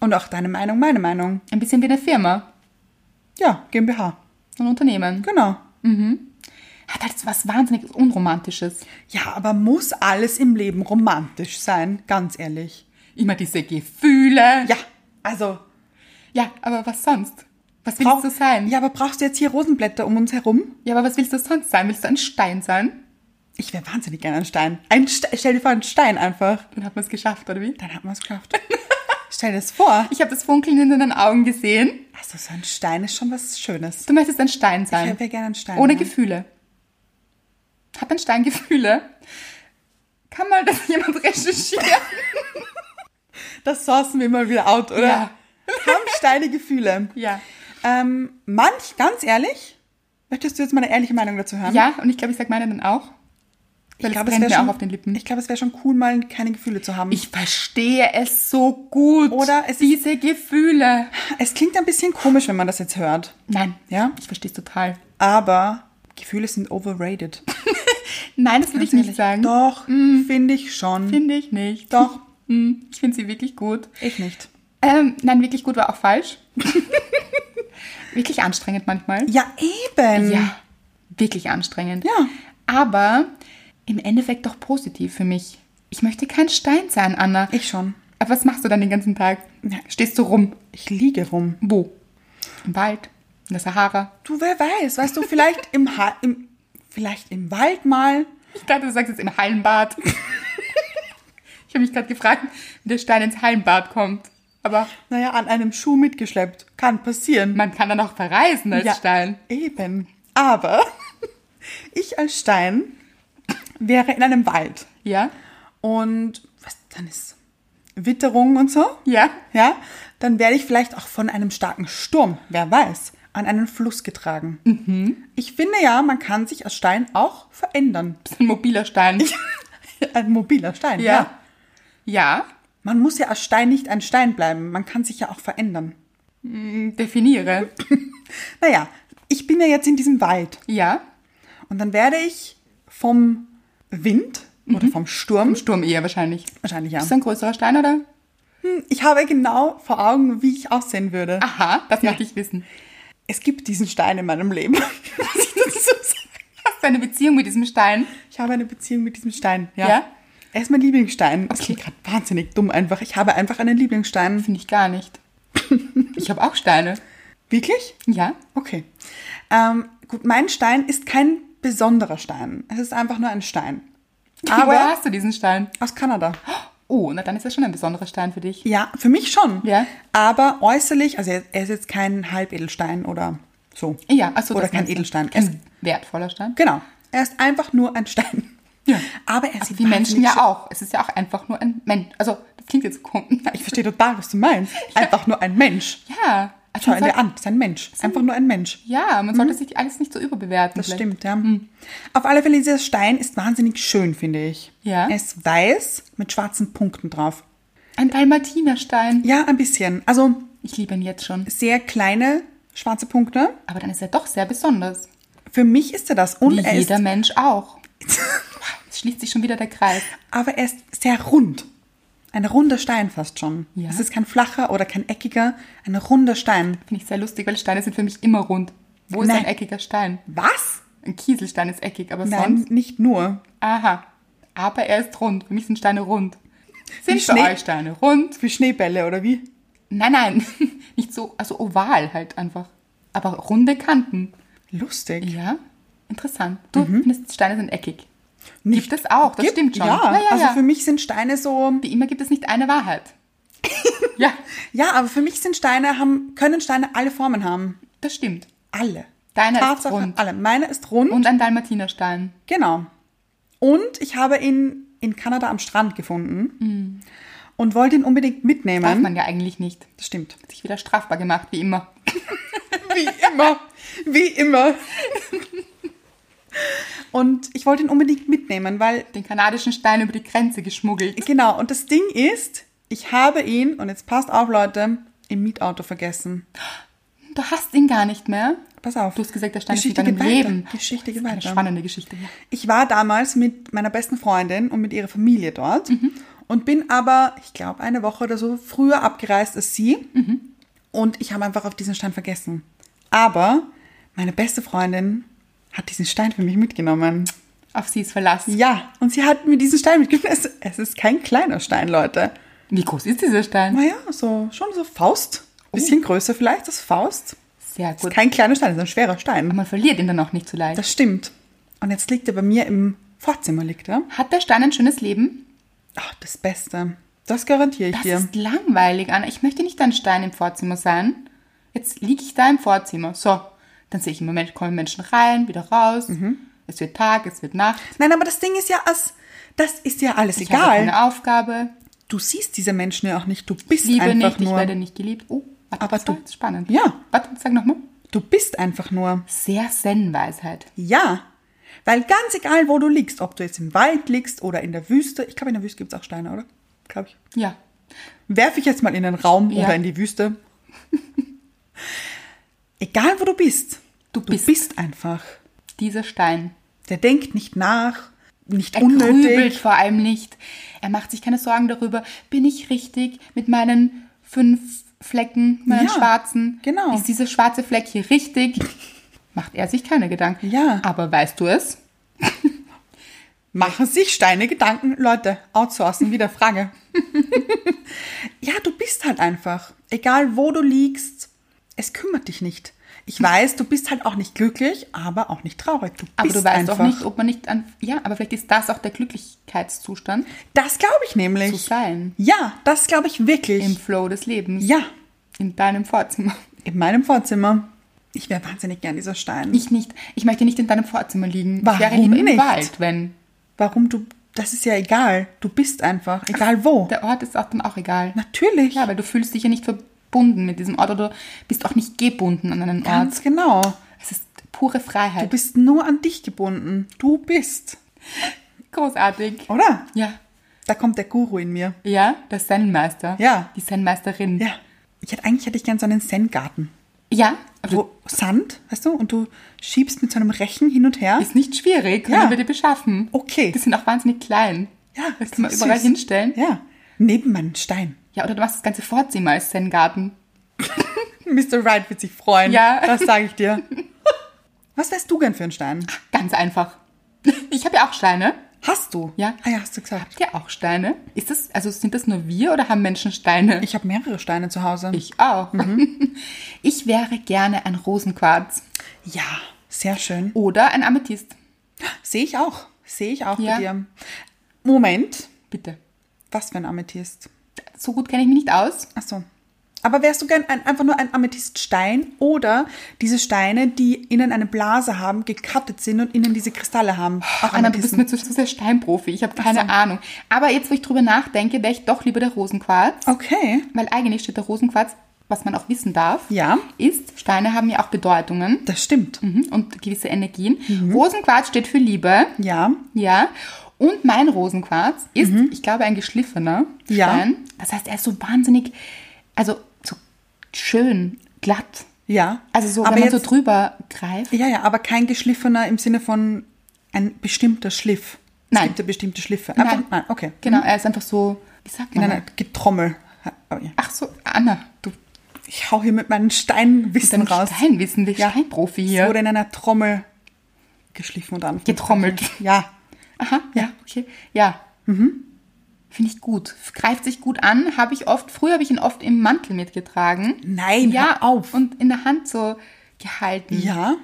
Und auch deine Meinung, meine Meinung. Ein bisschen wie eine Firma, Ja, GmbH. ein Unternehmen. Genau. Hat halt was wahnsinnig Unromantisches. Ja, aber muss alles im Leben romantisch sein, ganz ehrlich. Immer diese Gefühle. Ja, also. Ja, aber was sonst? Was willst brauch- du sein? Ja, aber brauchst du jetzt hier Rosenblätter um uns herum? ja, aber was willst du sonst sein? Willst du ein Stein sein? Ich wäre wahnsinnig gerne ein Stein. Ein Ste stell dir vor, ein Stein einfach. Dann hat man es geschafft, oder wie? Dann hat man es geschafft. stell dir das vor. Ich habe das Funkeln in deinen Augen gesehen. Also so ein Stein ist schon was Schönes. Du möchtest ein Stein Ich sein. wäre gerne ein Stein. Ohne ja. Gefühle. Hat ein Stein Gefühle? Kann mal das jemand recherchieren? Das sourcen wir mal wieder out, oder? Ja. Haben Steine Gefühle. Ja. Ähm, manch, ganz ehrlich, möchtest du jetzt meine ehrliche Meinung dazu hören? Ja, und ich glaube, ich sage meine dann auch. Weil Ich glaube, es es brennt wäre mir schon, auch auf den Lippen. ich glaube, es wäre schon cool, mal keine Gefühle zu haben. Ich verstehe es so gut. Oder? Es ist- Diese Gefühle. Es klingt ein bisschen komisch, wenn man das jetzt hört, Nein, Ja? ich verstehe es total. aber Gefühle sind overrated. Nein, das würde ich nicht sagen. Mhm. Doch, finde ich schon. Finde ich nicht. Doch. Hm, Ich finde sie wirklich gut. ich nicht. Ähm, nein, wirklich gut war auch falsch. wirklich anstrengend manchmal. Ja, eben. Ja, wirklich anstrengend. Ja. Aber im Endeffekt doch positiv für mich. Ich möchte kein Stein sein, Anna. Ich schon. Aber was machst du dann den ganzen Tag? Ja. Stehst du rum? Ich liege rum. Wo? Im Wald? In der Sahara? Du, wer weiß, weißt du, vielleicht im, ha im, vielleicht im Wald mal. Ich dachte, du sagst jetzt im Hallenbad. ich habe mich gerade gefragt, wie der Stein ins Hallenbad kommt. Aber Naja, an einem Schuh mitgeschleppt. Kann passieren. man kann dann auch verreisen als Ja, Stein. Eben. Aber ich als Stein wäre in einem Wald. Ja? Und was dann ist Witterung und so. Ja? Ja, dann werde ich vielleicht auch von einem starken Sturm, wer weiß, an einen Fluss getragen. Ich finde ja, man kann sich als Stein auch verändern. Bist ein mobiler Stein. Ein mobiler Stein, ja. ja. Ja? Man muss ja als Stein nicht ein Stein bleiben, man kann sich ja auch verändern. Definiere. Naja, ich bin ja jetzt in diesem Wald Ja? und dann werde ich vom Wind oder vom Sturm, Sturm eher wahrscheinlich. wahrscheinlich ja. Ist das ein größerer Stein, oder? Ich habe genau vor Augen, wie ich aussehen würde. Aha, das möchte ich wissen. Es gibt diesen Stein in meinem Leben. Muss ich dazu sagen? Hast du eine Beziehung mit diesem Stein? Ich habe eine Beziehung mit diesem Stein. Ja. Ja? Er ist mein Lieblingsstein. Das Okay. klingt gerade wahnsinnig dumm einfach. Ich habe einfach einen Lieblingsstein. Finde ich gar nicht. Ich habe auch Steine. Wirklich? Ja? Okay. Ähm, gut, mein Stein ist kein besonderer Stein. Es ist einfach nur ein Stein. Woher Aber hast du diesen Stein? aus Kanada. Oh, na dann ist das schon ein besonderer Stein für dich. Ja, für mich schon. Ja. Aber äußerlich, also er er ist jetzt kein Halbedelstein oder So. Ja, achso, Oder das kein meinst du. Mhm. Edelstein. Es, Ein wertvoller Stein. genau. Er ist einfach nur ein Stein. Ja. Aber er sieht Wie Menschen wahnsinnig ja auch. Es ist ja auch einfach nur ein Mensch. Also, das klingt jetzt komisch. Ich verstehe total, was du meinst. Einfach nur ein Mensch. Ja. Also Schau man ihn dir soll, an, sein Mensch. Einfach nur ein Mensch. ja, man sollte sich alles nicht so überbewerten. Das vielleicht. stimmt, ja. Hm. Auf alle Fälle, dieser Stein ist wahnsinnig schön, finde ich. Ja. Er ist weiß mit schwarzen Punkten drauf. Ein Dalmatinerstein. Ja, ein bisschen. Also Ich liebe ihn jetzt schon. sehr kleine schwarze Punkte. Aber dann ist er doch sehr besonders. Für mich ist er das. Und Wie er jeder ist, Mensch auch. Es schließt sich schon wieder der Kreis. aber er ist sehr rund. Ein runder Stein fast schon. Ja. Es ist kein flacher oder kein eckiger, ein runder Stein. Finde ich sehr lustig, weil Steine sind für mich immer rund. Wo ist Nein. ein eckiger Stein? Was? Ein Kieselstein ist eckig, aber Nein, sonst. nicht nur. Aha. Aber er ist rund. Für mich sind Steine rund. Sind für Schnee- euch Steine rund? Wie Schneebälle oder wie? Nein, nein. Nicht so, also oval halt einfach. Aber runde Kanten. Lustig. Ja, interessant. Du Mhm. findest Steine sind eckig. Nicht- Gibt es auch, das Gibt- stimmt schon. Ja, Ja, ja, also ja. für mich sind Steine so. Wie immer gibt es nicht eine Wahrheit. ja, Ja, aber für mich sind Steine, haben, können Steine alle Formen haben. das stimmt. Alle. Deiner ist Tatsache, rund. alle. Meiner ist rund. Und ein Dalmatinerstein. Genau. Und ich habe ihn in Kanada am Strand gefunden und wollte ihn unbedingt mitnehmen. Mm. Darf man ja eigentlich nicht. Das stimmt. Hat sich wieder strafbar gemacht, wie immer. Wie immer. Wie immer. Und ich wollte ihn unbedingt mitnehmen, weil, Den kanadischen Stein über die Grenze geschmuggelt. genau, und das Ding ist, ich habe ihn, und jetzt passt auf, Leute, im Mietauto vergessen. Du hast ihn gar nicht mehr. Pass auf. Du hast gesagt, der Stein Geschichte ist in deinem geht weiter. Leben. Oh, Geschichte Das geht ist eine weiter. spannende Geschichte. ja. Ich war damals mit meiner besten Freundin und mit ihrer Familie dort Mhm. und bin aber, ich glaube, eine Woche oder so früher abgereist als sie. Mhm. Und ich habe einfach auf diesen Stein vergessen. Aber meine beste Freundin hat diesen Stein für mich mitgenommen. Auf sie ist Verlass. Ja, und sie hat mir diesen Stein mitgenommen. Es, es ist kein kleiner Stein, Leute. Wie groß ist dieser Stein? Naja, so, schon so Faust. Bisschen größer vielleicht, das Faust. Oh. Sehr Das ist gut. kein kleiner Stein, das ist ein schwerer Stein. Man verliert ihn dann auch nicht so leicht. Das stimmt. Und jetzt liegt er bei mir im Vorzimmer, liegt er. Hat der Stein ein schönes Leben? Ach, das Beste. Das garantiere ich Das dir. ist langweilig, Anna. Ich möchte nicht ein Stein im Vorzimmer sein. Jetzt liege ich da im Vorzimmer. So, dann sehe ich immer, Mensch- kommen Menschen rein, wieder raus. Mhm. Es wird Tag, es wird Nacht. Nein, aber das Ding ist ja, als, das ist ja alles Ich habe egal. keine Aufgabe. Du siehst diese Menschen ja auch nicht. Du bist Liebe einfach nicht, ich nur. werde nicht geliebt. Oh, warte, Aber das war du- jetzt spannend. Ja. Warte, sag nochmal. Du bist einfach nur. Sehr Zen-Weisheit. Ja. Weil ganz egal, wo du liegst, ob du jetzt im Wald liegst oder in der Wüste. Ich glaube, in der Wüste gibt es auch Steine, oder? Glaube ich. Ja. Werfe ich jetzt mal in den Raum Ja. oder in die Wüste. egal, wo du bist. Du Du bist, bist einfach. dieser Stein. Der denkt nicht nach. Nicht Er grübelt unnötig. vor allem nicht. Er macht sich keine Sorgen darüber, bin ich richtig mit meinen fünf Flecken, meinen Ja, schwarzen. genau. Ist dieser schwarze Fleck hier richtig? Macht er sich keine Gedanken. Ja. Aber weißt du es? Machen sich Steine Gedanken, Leute. Outsourcen, wieder Frage. ja, du bist halt einfach. Egal wo du liegst, es kümmert dich nicht. Ich weiß, du bist halt auch nicht glücklich, aber auch nicht traurig. Du Aber bist du weißt einfach. auch nicht, ob man nicht an. Ja, aber vielleicht ist das auch der Glücklichkeitszustand. Das glaube ich nämlich. Zu sein. Ja, das glaube ich wirklich. Im Flow des Lebens. ja, In deinem Vorzimmer. in meinem Vorzimmer. Ich wäre wahnsinnig gern dieser Stein. Ich nicht. Ich möchte nicht in deinem Vorzimmer liegen. Warum ich wäre lieber nicht? im Wald, wenn. Warum du? Das ist ja egal. Du bist einfach, egal wo. Der Ort ist auch dann auch egal. Natürlich. Ja, weil du fühlst dich ja nicht verbunden mit diesem Ort oder bist auch nicht gebunden an einen Ort. Ganz genau. Es ist pure Du Freiheit. bist nur an dich gebunden. Du bist, Großartig. oder? Ja, Da kommt der Guru in mir. ja, der Zen-Meister. Ja. Die Zen-Meisterin. Ja. Ich hätte, eigentlich hätte ich gern so einen Zen-Garten. Ja, also aber Wo Sand, weißt du, und du schiebst mit so einem Rechen hin und her. das ist nicht schwierig. Ja. Können wir die beschaffen. Okay. Die sind auch wahnsinnig klein. Ja, Das kann man ist überall süß. hinstellen. Ja. Ja. Neben meinen Stein. oder du machst das ganze Vorzimmer als Zen-Garten. Mr. Wright wird sich freuen. Ja. Das sage ich dir. Was wärst du gern für einen Stein? Ganz einfach. Ich habe ja auch Steine. Hast du? Ja. Ah ja, hast du gesagt. Habt ihr auch Steine? Ist das, also sind das nur wir oder haben Menschen Steine? Ich Mhm. habe mehrere Steine zu Hause. Ich auch. Ich wäre gerne ein Rosenquarz Ja, sehr schön. oder ein Amethyst. Sehe ich auch. Sehe ich auch Ja. bei dir. Moment. Bitte. Was für ein Amethyst? So gut kenne ich mich nicht aus. Ach so. Aber wärst du gern ein, einfach nur ein Amethyststein oder diese Steine, die innen eine Blase haben, gekattet sind und innen diese Kristalle haben? Auch Ah, Anna, du bist Amethysten. mir zu, zu sehr Steinprofi. Ich habe keine Ahnung. Aber jetzt, wo ich drüber nachdenke, wäre ich doch lieber der Rosenquarz. Okay. Weil eigentlich steht der Rosenquarz, was man auch wissen darf, Ja. ist, Steine haben ja auch Bedeutungen Das stimmt. mhm, und gewisse Energien. Mhm. Rosenquarz steht für Liebe. Ja. Ja. Und mein Rosenquarz ist, ich glaube, ein geschliffener Mhm. Ja. Stein. Das heißt, er ist so wahnsinnig, also so schön, glatt. Ja. Also so, aber wenn man jetzt, so drüber greift. Ja, ja, aber kein geschliffener im Sinne von ein bestimmter Schliff. Es Nein. gibt ja bestimmte Schliffe. Einfach, nein. okay. Mhm. Genau, er ist einfach so, wie sagt In man? einer Getrommel. Oh Ach so, Anna, du Ich hau hier mit meinem Steinwissen bist ein raus. Steinwissen, der Ja. Steinprofi Es hier. wurde in einer Trommel geschliffen und angefangen. Getrommelt. Ja. Mhm. Aha, ja, okay. Ja. Finde ich gut. Greift sich gut an. Habe ich oft, früher habe ich ihn oft im Mantel mitgetragen. Nein, ja, hör auf. Und in der Hand so gehalten. Ja.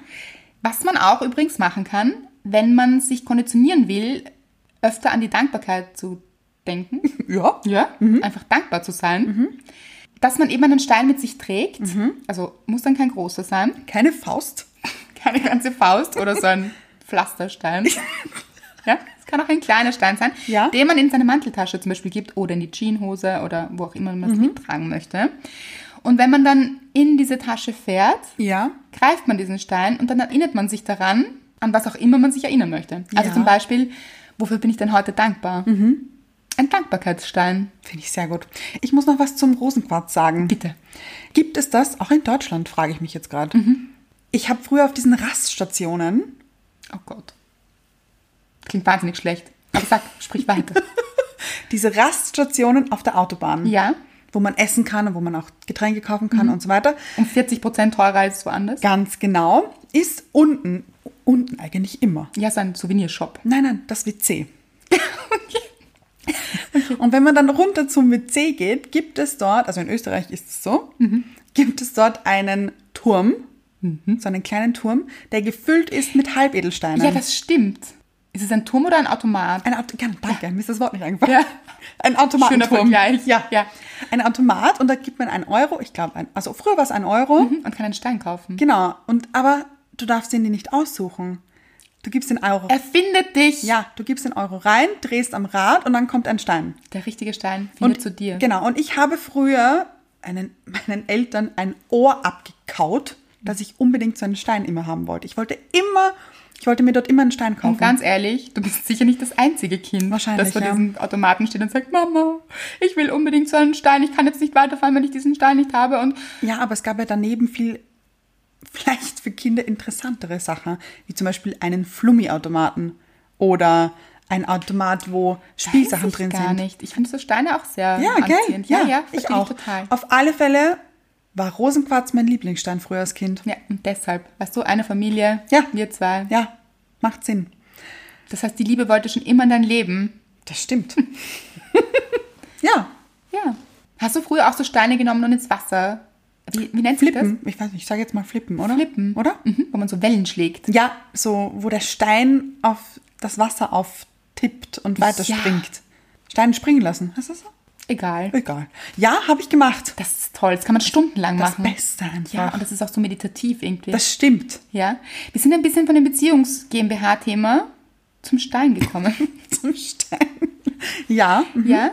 Was man auch übrigens machen kann, wenn man sich konditionieren will, öfter an die Dankbarkeit zu denken. Ja. Ja, Mhm. einfach dankbar zu sein. Dass man eben einen Stein mit sich trägt. Mhm. Also muss dann kein großer sein. Keine Faust. keine ganze Faust oder so ein Pflasterstein. ja, es kann auch ein kleiner Stein sein, Ja. den man in seine Manteltasche zum Beispiel gibt oder in die Jeanhose oder wo auch immer Mhm. man es mittragen möchte. Und wenn man dann in diese Tasche fährt, Ja. greift man diesen Stein und dann erinnert man sich daran, an was auch immer man sich erinnern möchte. Also Ja. Mhm. zum Beispiel, wofür bin ich denn heute dankbar? Ein Dankbarkeitsstein. Finde ich sehr gut. Ich muss noch was zum Rosenquarz sagen. Bitte. Gibt es das auch in Deutschland, frage ich mich jetzt gerade. Mhm. Ich habe früher auf diesen Raststationen, Oh Gott. Klingt wahnsinnig schlecht. Aber sag, sprich weiter. diese Raststationen auf der Autobahn, ja. wo man essen kann und wo man auch Getränke kaufen kann und so weiter. Um 40 Prozent teurer als woanders. Ganz genau, ist unten, unten eigentlich immer. Ja, so ein Souvenirshop. Nein, nein, das WC. Und wenn man dann runter zum WC geht, gibt es dort, also in Österreich ist es so, gibt es dort einen Turm, so einen kleinen Turm, der gefüllt ist mit Halbedelsteinen. Mhm. Ja, das stimmt. Ist es ein Turm oder ein Automat? Ein Auto, ja, danke, mir ist das Wort nicht eingefallen. Ja. Ein Automatenturm. Schöner Vergleich. Ja. Ja. Ein Automat und da gibt man einen Euro, ich glaube, ein- also früher war es ein Euro. Und kann einen Stein kaufen. Genau, und aber du darfst den dir nicht aussuchen. Du gibst den Euro. Er findet dich. ja, du gibst den Euro rein, drehst am Rad und dann kommt ein Stein. Der richtige Stein findet Und zu dir. Genau, und ich habe früher einen, meinen Eltern ein Ohr abgekaut, dass ich unbedingt so einen Stein immer haben wollte. Ich wollte immer, ich wollte mir dort immer einen Stein kaufen. Und ganz ehrlich, du bist sicher nicht das einzige Kind, Wahrscheinlich, das vor ja. diesem Automaten steht und sagt, Mama, ich will unbedingt so einen Stein, ich kann jetzt nicht weiterfahren, wenn ich diesen Stein nicht habe. Und Ja, aber es gab ja daneben viel vielleicht für Kinder interessantere Sachen, wie zum Beispiel einen Flummi-Automaten oder ein Automat, wo Spielsachen Weiß ich drin gar sind. nicht. Ich finde so Steine auch sehr Ja, gell? anziehend. Ja, ja, verstehe ich auch. total. Auf alle Fälle war Rosenquarz mein Lieblingsstein früher als Kind. Ja, und deshalb, weißt du, eine Familie, Ja. wir zwei. Ja, macht Sinn. Das heißt, die Liebe wollte schon immer in dein Leben. Das stimmt. ja, Ja. Hast du früher auch so Steine genommen und ins Wasser? Wie, wie nennt sich flippen. Ich weiß nicht, ich sage jetzt mal flippen, oder? das? Flippen. Oder? Mhm, wo man so Wellen schlägt. Ja, so, wo der Stein auf das Wasser auftippt und weiter Ja. springt. Steine springen lassen. Hast du das so? Egal. Egal. Ja, habe ich gemacht. Das ist toll. Das kann man stundenlang Das machen. Beste einfach. Ja, und das ist auch so meditativ irgendwie. Das stimmt. ja. Wir sind ein bisschen von dem Beziehungs-GmbH-Thema zum Stein gekommen. Zum Stein. Ja, ja?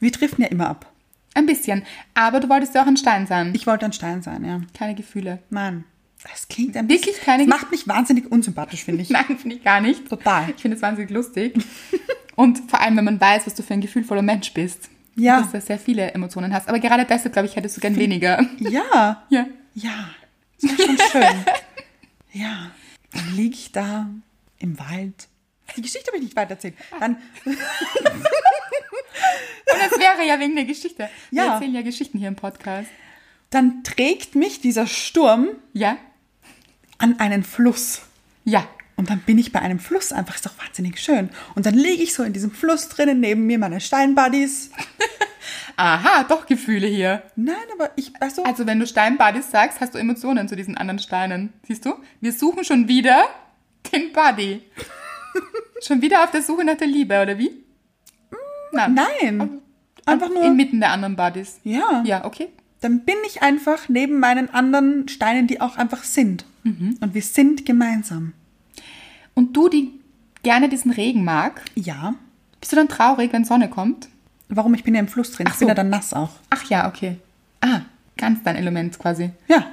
wir driften ja immer ab. Ein bisschen. Aber du wolltest ja auch ein Stein sein. Ich wollte ein Stein sein, ja. Keine Gefühle. Mann, das klingt ein Wirklich bisschen... keine- Das macht mich wahnsinnig unsympathisch, finde ich. Nein, finde ich gar nicht. Total. Ich finde es wahnsinnig lustig. Und vor allem, wenn man weiß, was du für ein gefühlvoller Mensch bist. Ja. Dass du sehr viele Emotionen hast. Aber gerade deshalb, glaube ich, hättest du gern weniger. Ja, Ja. ja. Das war schon schön. Ja. Dann liege ich da im Wald. Die Geschichte habe ich nicht weitererzählt. Dann, Das wäre ja wegen der Geschichte. Wir Ja. erzählen ja Geschichten hier im Podcast. dann trägt mich dieser Sturm Ja? an einen Fluss. Ja. Und dann bin ich bei einem Fluss einfach, ist doch wahnsinnig schön. Und dann liege ich so in diesem Fluss drinnen, neben mir meine Steinbuddies. Aha, doch Gefühle hier. Nein, aber ich, weißt du, Also wenn du Steinbuddies sagst, hast du Emotionen zu diesen anderen Steinen. Siehst du? Wir suchen schon wieder den Buddy. schon wieder auf der Suche nach der Liebe, oder wie? Nein. Mm, nein. Einfach nur, also Inmitten der anderen Buddies. ja, Ja, okay. dann bin ich einfach neben meinen anderen Steinen, die auch einfach sind. Und wir sind gemeinsam. Und du, die gerne diesen Regen mag, Ja. bist du dann traurig, wenn Sonne kommt? Warum? Ich bin ja im Fluss drin. Ach Ich bin so. ja dann nass auch. Ach ja, okay. Ah, ganz dein Element quasi. Ja.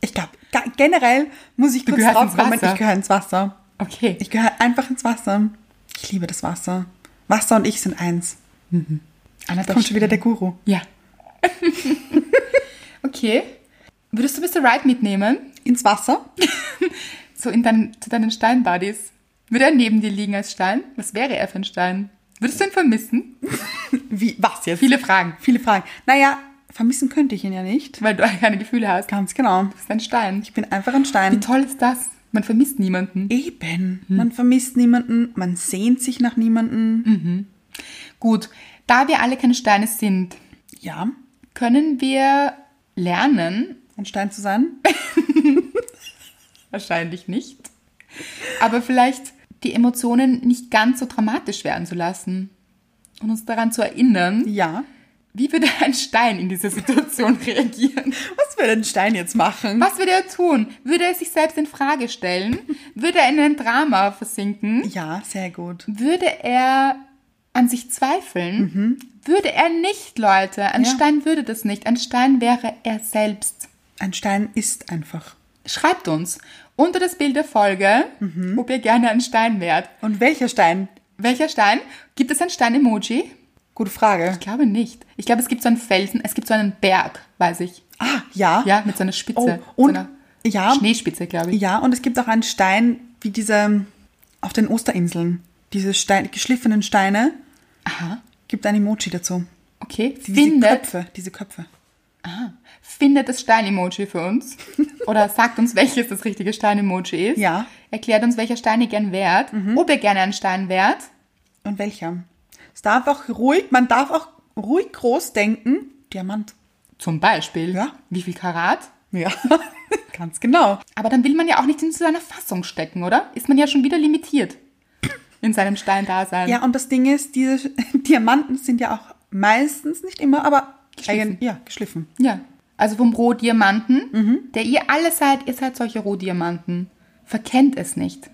Ich glaube, generell muss ich kurz gehörst drauf ins kommen, Wasser. ich gehöre ins Wasser. Okay. Ich gehöre einfach ins Wasser. Ich liebe das Wasser. Wasser und ich sind eins. Anna, Da kommt schon wieder der Guru. Ja. okay. Würdest du Mr. Right mitnehmen? Ins Wasser? So in dein, zu deinen Steinbuddies. Würde er neben dir liegen als Stein? Was wäre er für ein Stein? Würdest du ihn vermissen? Wie, was jetzt? Viele Fragen, Viele Fragen. Naja, vermissen könnte ich ihn ja nicht. weil du keine Gefühle hast. Ganz genau. Das ist ein Stein. Ich bin einfach ein Wie Stein. toll ist das? Man vermisst niemanden. Eben. Man vermisst niemanden, man sehnt sich nach niemanden. Gut, da wir alle keine Steine sind, Ja, können wir lernen? ein Stein zu sein. Wahrscheinlich nicht. Aber vielleicht die Emotionen nicht ganz so dramatisch werden zu lassen und uns daran zu erinnern, Ja. Wie würde ein Stein in dieser Situation reagieren? Was würde ein Stein jetzt machen? Was würde er tun? Würde er sich selbst in Frage stellen? Würde er in ein Drama versinken? Ja, sehr gut. Würde er an sich zweifeln? Würde er nicht, Leute. Ein Ja. Stein würde das nicht. Ein Stein wäre er selbst. Ein Stein ist einfach. Schreibt uns unter das Bild der Folge, Mhm. ob ihr gerne ein Stein wärt. Und welcher Stein? Welcher Stein? Gibt es ein Stein-Emoji? Gute Frage. Ich glaube nicht. Ich glaube, es gibt so einen Felsen, es gibt so einen Berg, weiß ich. Ah, ja. Ja, mit so einer Spitze. Oh, so und einer ja, Schneespitze, glaube ich. ja, und es gibt auch einen Stein, wie diese ähm, auf den Osterinseln, diese Stein, geschliffenen Steine. Aha. Gibt ein Emoji dazu. Okay. Diese Findet, Köpfe, diese Köpfe. findet das Stein-Emoji für uns. Oder sagt uns, welches das richtige Stein-Emoji ist. Ja. Mhm. Erklärt uns, welcher Stein ihr gern wärt. Ob ihr gerne einen Stein wärt. Und welcher? Es darf auch ruhig, man darf auch ruhig groß denken. Diamant. Zum Beispiel. Ja. Wie viel Karat? Ja, ganz genau. Aber dann will man ja auch nicht in so einer Fassung stecken, oder? Ist man ja schon wieder limitiert in seinem Stein-Dasein. Ja, und das Ding ist, diese Diamanten sind ja auch meistens, nicht immer, aber Geschliffen. eigen- ja, geschliffen. Ja. Also vom Rohdiamanten, Mhm. der ihr alle seid, ihr seid solche Rohdiamanten. Verkennt es nicht.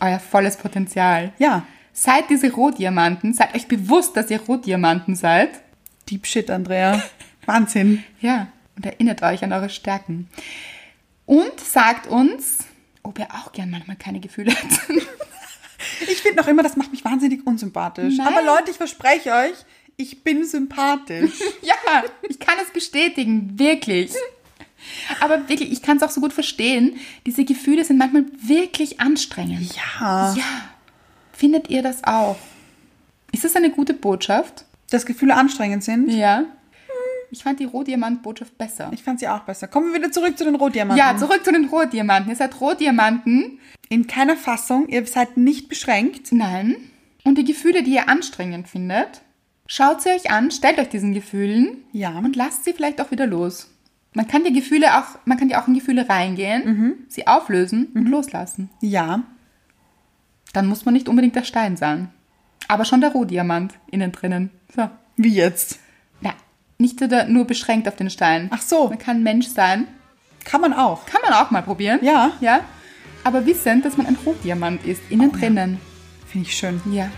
Euer volles Potenzial. Ja, Seid diese Rohdiamanten, seid euch bewusst, dass ihr Rohdiamanten seid. Deep Shit, Andrea. Wahnsinn. Ja. Und erinnert euch an eure Stärken. Und sagt uns, ob ihr auch gern manchmal keine Gefühle habt. Ich finde noch immer, das macht mich wahnsinnig unsympathisch. Nein. Aber Leute, ich verspreche euch, ich bin sympathisch. ja, ich kann es bestätigen, wirklich. Aber wirklich, ich kann es auch so gut verstehen. Diese Gefühle sind manchmal wirklich anstrengend. ja. Ja. Findet ihr das auch? Ist das eine gute Botschaft? Dass Gefühle anstrengend sind. Ja. Ich fand die Rohdiamant-Botschaft besser. Ich fand sie auch besser. Kommen wir wieder zurück zu den Rotdiamanten. Ja, zurück zu den Rohdiamanten. Ihr seid Rohdiamanten. In keiner Fassung, ihr seid nicht beschränkt. Nein. Und die Gefühle, die ihr anstrengend findet, schaut sie euch an, stellt euch diesen Gefühlen Ja. und lasst sie vielleicht auch wieder los. Man kann die Gefühle auch, man kann ja auch in Gefühle reingehen, Mhm. sie auflösen und loslassen. Ja. Dann muss man nicht unbedingt der Stein sein. Aber schon der Rohdiamant innen drinnen. So. Wie jetzt? Na, nicht nur- nur beschränkt auf den Stein. Ach so. Man kann Mensch sein. Kann man auch. Kann man auch mal probieren. Ja. Oh Ja. Aber wissen, dass man ein Rohdiamant ist, innen drinnen. Finde ich schön. Ja.